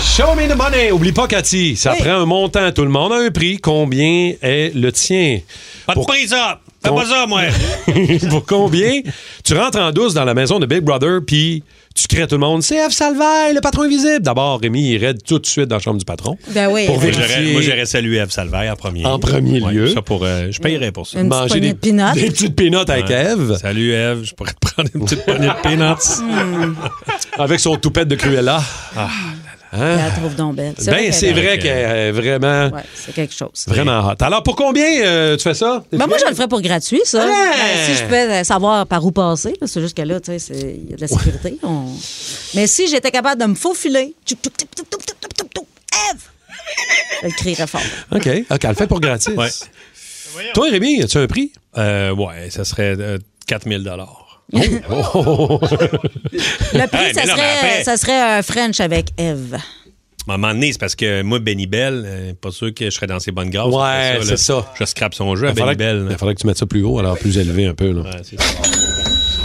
Show me the money. Oublie pas, Cathy, ça Oui. prend un montant. Tout le monde a un prix. Combien est le tien? Pas de Pour- prise up. Fais Ton- pas ça, moi. Pour combien? tu rentres en douce dans la maison de Big Brother, puis tu crées tout le monde. C'est F. Salvaille, le patron invisible. D'abord, Rémi, il raide tout de suite dans la chambre du patron. Ben oui. Pour Moi, vérifier. j'aurais- moi, j'aurais salué Eve Salvaire en premier. En premier Ouais, lieu. ça pour, euh, je payerais pour ça. Une petite manger poignée des, de peanuts. des petites peanuts avec Eve, Salut, Eve. Je pourrais te prendre une petite poignée de peanuts. avec son toupette de Cruella. Ah, Je la Ah, trouve donc belle. Hein? Ben, c'est qu'elle vrai que- qu'elle est vraiment, est- Ouais, c'est quelque chose. vraiment hot. Alors, pour combien euh, tu fais ça? Ben, moi, je le ferais pour gratuit, ça. Ouais. Ben, si je pouvais euh, savoir par où passer, là, c'est juste que là, tu sais, c'est- il y a de la sécurité. on- Mais si j'étais capable de me faufiler, tchouc, tchouc, tchouc, tchouc, tchouc, tchouc, tchouc, tchouc, Ève! Je le crierais fort. OK. OK, elle le fait pour gratis. Ouais. Toi, Rémi, as-tu un prix? Euh, ouais, ça serait euh, 4000 Oh! Le prix, ça, Hey, mais non, serait, mais après- euh, ça serait un French avec Eve. À un moment donné, c'est parce que moi, Benny Bell, euh, pas sûr que je serais dans ses bonnes grâces. Ouais, Après là, c'est ça. Je scrape son jeu à Il faudrait, Benny que- Bell. là. il faudrait que tu mettes ça plus haut, alors plus élevé un peu. là. Ouais, c'est ça.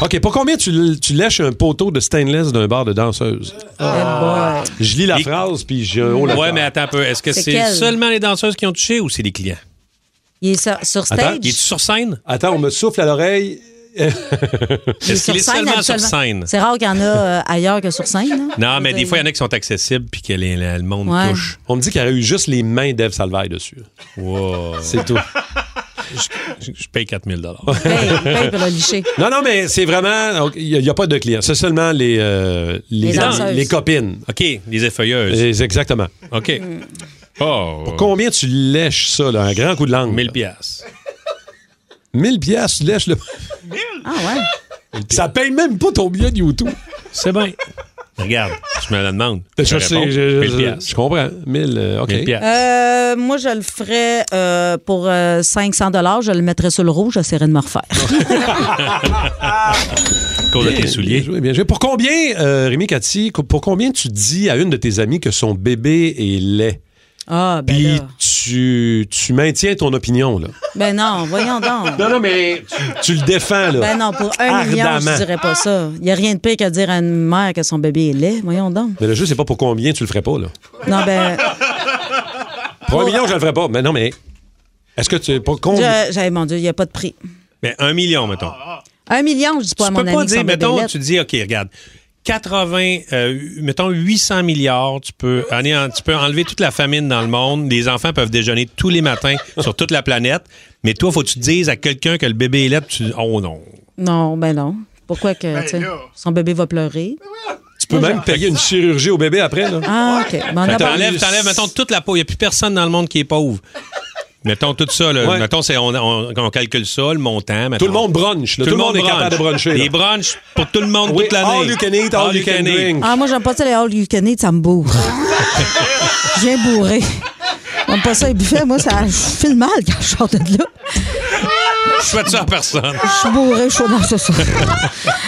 OK, pour combien tu, l- tu lèches un poteau de stainless d'un bar de danseuse? Ah. Eh boy. Je lis la Et- phrase, puis je haut la Ouais, mais attends un peu. Est-ce que C'est c'est quel? seulement les danseuses qui ont touché ou c'est les clients? Il est sur, sur stage. Attends, Il est-tu sur scène? Attends, on me souffle à l'oreille. Il Est-ce qu'il est sur scène, seulement sur absolument. scène? C'est rare qu'il y en a euh, ailleurs que sur scène. là. Non, mais des C'est- fois, il y en a qui sont accessibles puis que les- le monde Ouais. touche. On me dit qu'il y aurait eu juste les mains d'Eve Salvaille dessus. Wow. C'est tout. Je, je paye 4000 Paye, paye pour le licher. Non, non, mais c'est vraiment. Il n'y a, pas de clients. C'est seulement les, euh, les, Les danseuses. les copines. OK, les effeuilleuses. Les- Exactement. OK. Mm. Oh. Combien tu lèches ça, là, un grand coup de langue? 1000 piastres. 1000 piastres, tu lèches le. Ah ouais. Ça paye même pas ton billet de YouTube. C'est bien. Regarde, je me la demande. Je, sais, réponds. je- 1000 je- piastres. je comprends. 1000, euh, OK. 1000 piastres. Euh, moi, je le ferais euh, pour euh, 500 je le mettrais sur le rouge, j'essaierais de me refaire. Cause de Bien tes souliers. joué, bien joué. Pour combien, euh, Rémi Cathy, co- pour combien tu dis à une de tes amies que son bébé est laid? Ah, ben Puis là. tu, tu maintiens ton opinion, là. Ben non, voyons donc. Non, non, mais tu, tu le défends, là. Ben non, pour un million, Ardemment. je dirais pas ça. Il n'y a rien de pire que de dire à une mère que son bébé est laid. Voyons donc. Mais le jeu, c'est pas pour combien tu le ferais pas, là. Non, ben, Pour un million, je le ferais pas. Mais non, mais. Est-ce que tu. Pour combien? je- j'ai- mon Dieu, il n'y a pas de prix. Mais un million, mettons. Un million, je dis pas Ah, à tu mon peux ami pas que son dire, bébé est mettons, laid. tu dis, OK, regarde, 80, euh, mettons 800 milliards, tu peux, aller en- tu peux enlever toute la famine dans le monde, les enfants peuvent déjeuner tous les matins sur toute la planète, mais toi, faut que tu te dises à quelqu'un que le bébé est là, puis tu dis, oh non. Non, ben non. Pourquoi que, tu sais, son bébé va pleurer? Tu peux même payer une chirurgie au bébé après, là. Ah, OK. Ben, on a pas- T'enlèves, t'enlèves, mettons, toute la peau, il n'y a plus personne dans le monde qui est pauvre. Mettons tout ça, là. Ouais. mettons, c'est, on, on- on calcule ça, le montant. mettons. Tout le monde brunch, là. Tout, le monde, est brunche. capable de bruncher. Les là. brunchs pour tout le monde Oui, toute l'année. All you can eat, all, you can, drink. Ah, moi, j'aime pas ça, les all you can eat, ça me bourre. Je viens bourré. J'aime pas ça, les buffets. Moi, ça je file mal quand je sors de là. Je souhaite ça à personne. Je suis bourré, je suis dans ce soir.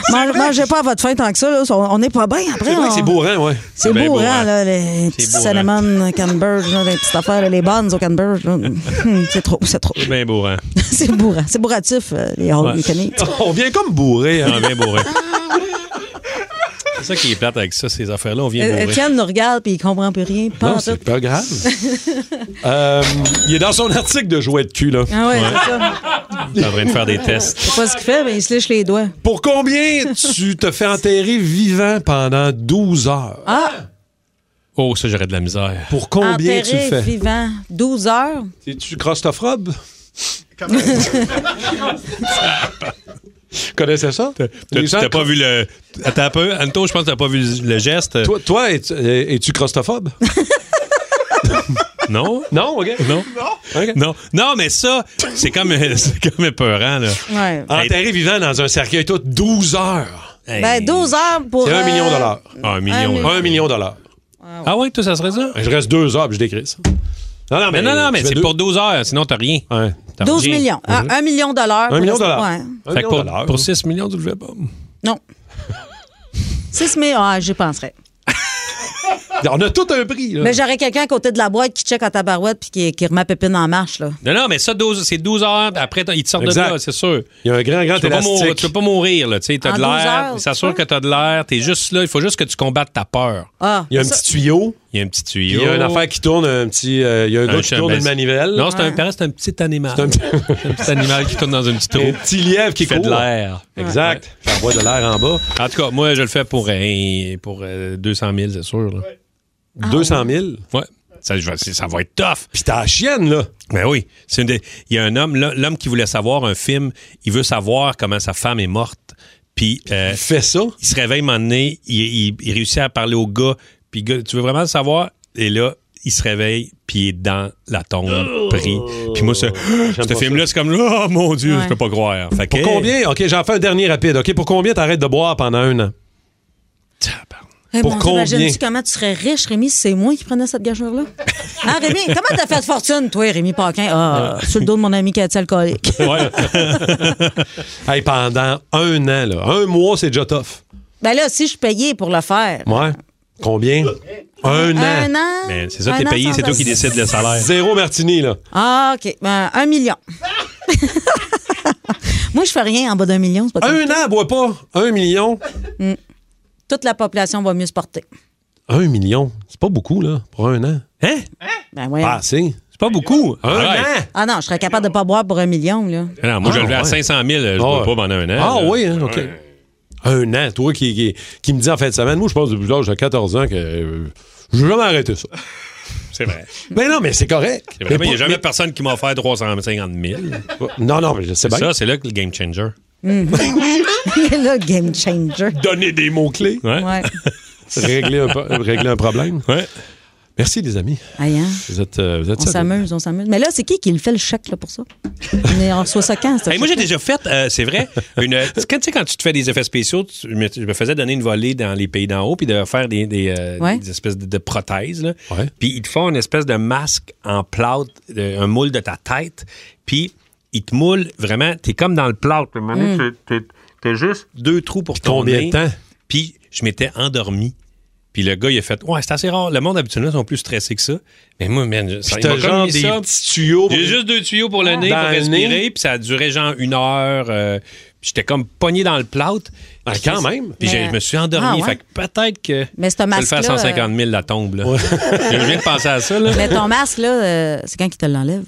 Mange- Mangez pas à votre faim tant que ça, là. On on est pas bien après. C'est vrai on- que c'est bourrin, ouais. C'est bien beau, bourrant. hein, là, les petits bourrant. cinnamon, canberge, là, les petites affaires, là, les buns au canberge. là. Hum, C'est trop, c'est trop. Bien hein? bourrant. C'est bourrant. C'est bourratif, euh, les all you can eat. On vient comme bourré. hein. On vient bourré. C'est ça qui est plate avec ça, ces affaires-là. On vient Euh, bourré. Étienne nous regarde puis il comprend plus rien. Pas Non, en tout. c'est pas grave. Euh, il est dans son article de jouet de cul, là. Ah ouais, c'est ça. T'es en train de faire des tests. C'est pas ce qu'il fait, mais il se lèche les doigts. Pour combien tu te fais enterrer vivant pendant 12 heures? Ah, Oh, ça, j'aurais de la misère. Pour combien tu le Enterré fais? vivant, 12 heures. Es-tu crostophobe? Connaissais ça? T'as- Les gens- T'as pas vu le. Attends un peu. Anto, je pense que t'as pas vu le le geste. Toi, toi es-tu es-tu crostophobe? Ah Non? Non, OK. Non? OK. Non. Non, mais ça, c'est comme, c'est comme épeurant, là. Ah Ouais. Enterré vivant dans un cercueil, toi, 12 heures. Hey. Ben, 12 heures pour. C'est un euh, million de dollars. Un million. million. là. Un million de dollars. Ben, Ah ouais, toi, ça serait ça? Je reste deux heures puis je décris ça. Non, non, Mais non, non, mais tu fais c'est deux- pour 12 heures, sinon t'as rien. Ouais. T'as 12 rien. millions. Ah, Un, un million de dollars. Mm-hmm. Un million de pour- dollars. Ouais. Un Fait que million pour, de dollars. pour 6 millions, tu le fais pas. Non. 6 millions, ah, j'y penserais. On a tout un prix. Là. Mais j'aurais quelqu'un à côté de la boîte qui check à ta barouette puis qui, qui remet Pépine en marche. Là. Non, non, mais ça, 12 c'est 12 heures, après, t'as- ils te sortent de Exact. là, c'est sûr. Il y a un grand, grand Tu peux, pas mourir, élastique. tu peux pas mourir, là. Tu sais, t'as En de 12 l'air. heures, Ça tu sûr peux? que t'as de l'air. T'es juste là. Il faut juste que tu combattes ta peur. Ah, Il y a un ça- petit tuyau. Il y a un petit Il tuyau. y a une affaire qui tourne, un petit. euh, Il y a un, gars qui chien- tourne ben, une manivelle. Non, c'est un, parent, c'est un petit animal. C'est un petit- C'est un petit animal qui tourne dans une petite un roue. petit lièvre qui Qui fait de court. l'air. Exact. Ça envoie de l'air en bas. En tout cas, moi, je le fais pour, euh, pour euh, 200 000, c'est sûr. là. Ah 200 000. Ouais. Ça, je vais- ça va être tough. Puis t'as la chienne, là. Ben oui. C'est une des- Il y a un homme, l'ho- l'homme qui voulait savoir un film, il veut savoir comment sa femme est morte. Puis euh, Elle fait ça. il se réveille un moment donné, il, il- il réussit à parler au gars. Puis gars, tu veux vraiment le savoir? Et là, il se réveille, puis il est dans la tombe, pris. Puis moi, ce, ce Oh! pas film-là, c'est comme, oh mon Dieu, Ouais. je peux pas croire. Fait que, Pour combien? OK, j'en fais un dernier rapide. OK, pour combien t'arrêtes de boire pendant un an? Tabarnak. Hey, Pour mon Dieu, imagines-tu combien? comment tu serais riche, Rémi, si c'est moi qui prenais cette gageure-là? Hein, Rémi, comment t'as fait de fortune, toi, Rémi Paquin? Ah, sur le dos de mon ami qui a été alcoolique. Ouais. Hey, pendant un an, là. Un mois, c'est déjà tough. Ben là, si je payais pour le faire. Ouais. Combien? Un an. Ben, Un an. Mais c'est ça, un t'es an payé, sans c'est toi qui assis- décides le salaire. Zéro martini, là. Ah, OK. Ben, un million. Moi, je fais rien en bas d'un million. c'est Pas Un an, bois pas. Un million. Toute la population va mieux se porter. Un million. C'est pas beaucoup, là, pour un an. Hein? Ben ouais. Pas assez. C'est pas beaucoup. Un Arrête. an. Ah non, je serais capable de pas boire pour un million, là. Non, moi, je Ah, le vais à ouais. 500 000, je ne Ah, bois ouais. pas pendant un an. Ah là. oui, hein, OK. Un an, toi qui, qui, qui me dis en fin de semaine, moi je pense depuis l'âge de 14 ans que euh, je vais jamais arrêter ça. C'est vrai. Mais Ben non, mais c'est correct. C'est vrai. Mais il n'y a pas- jamais personne qui m'a offert 350 000. mais- Oh, Non, non, mais je sais bien. Ça, c'est là que le game changer. là, game changer. Donner des mots-clés. Ouais. Ouais. régler, un, po- régler un problème. Ouais. Merci, les amis. Aïe, hein? Vous êtes, euh, vous êtes On solides. s'amuse, on s'amuse. Mais là, c'est qui qui le fait le chèque là, pour ça? Mais on reçoit Hein, ça quand? ce Hey, moi, j'ai chèque-là? déjà fait, euh, c'est vrai, une, quand, tu sais, quand tu te fais des effets spéciaux, tu- je me, je me faisais donner une volée dans les pays d'en haut, puis de faire des, des, euh, Ouais. des espèces de, de prothèses. là. Ouais. Puis ils te font une espèce de masque en plâtre, euh, un moule de ta tête, puis ils te moulent vraiment, t'es comme dans le plâtre. À un moment donné, Mm. t'es- t'es- T'as juste deux trous pour ton combien de nez. temps? Puis je m'étais endormi. Puis le gars, il a fait Ouais, c'est assez rare. Le monde habituellement sont plus stressés que ça. Mais moi, man, je- Puis ça, il m'a t'as comme genre mis des ça. petits tuyaux. J'ai juste deux tuyaux pour le nez, Ah. Dans pour le respirer, nez. puis ça a duré genre une heure. euh, puis j'étais comme pogné dans le plâtre. Ah, quand même. Puis j'ai- Mais- je me suis endormi. Ah, ouais. Fait que peut-être que Mais ce ça le fait masque-là, euh, à 150 000 la tombe. Là. je viens de penser à ça. Là. Mais ton masque, là, euh, c'est quand qui te l'enlève?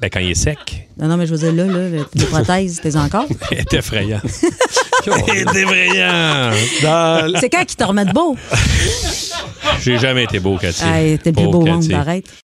Ben, quand il est sec, Non, non, mais je veux dire, là, là, le- tes prothèses, t'es encore. il est effrayant. il est effrayant. Dans- C'est quand qui te remettent beau? J'ai jamais été beau, Cathy. Hey, t'es le plus Pauvre beau monde, Cathy. arrête.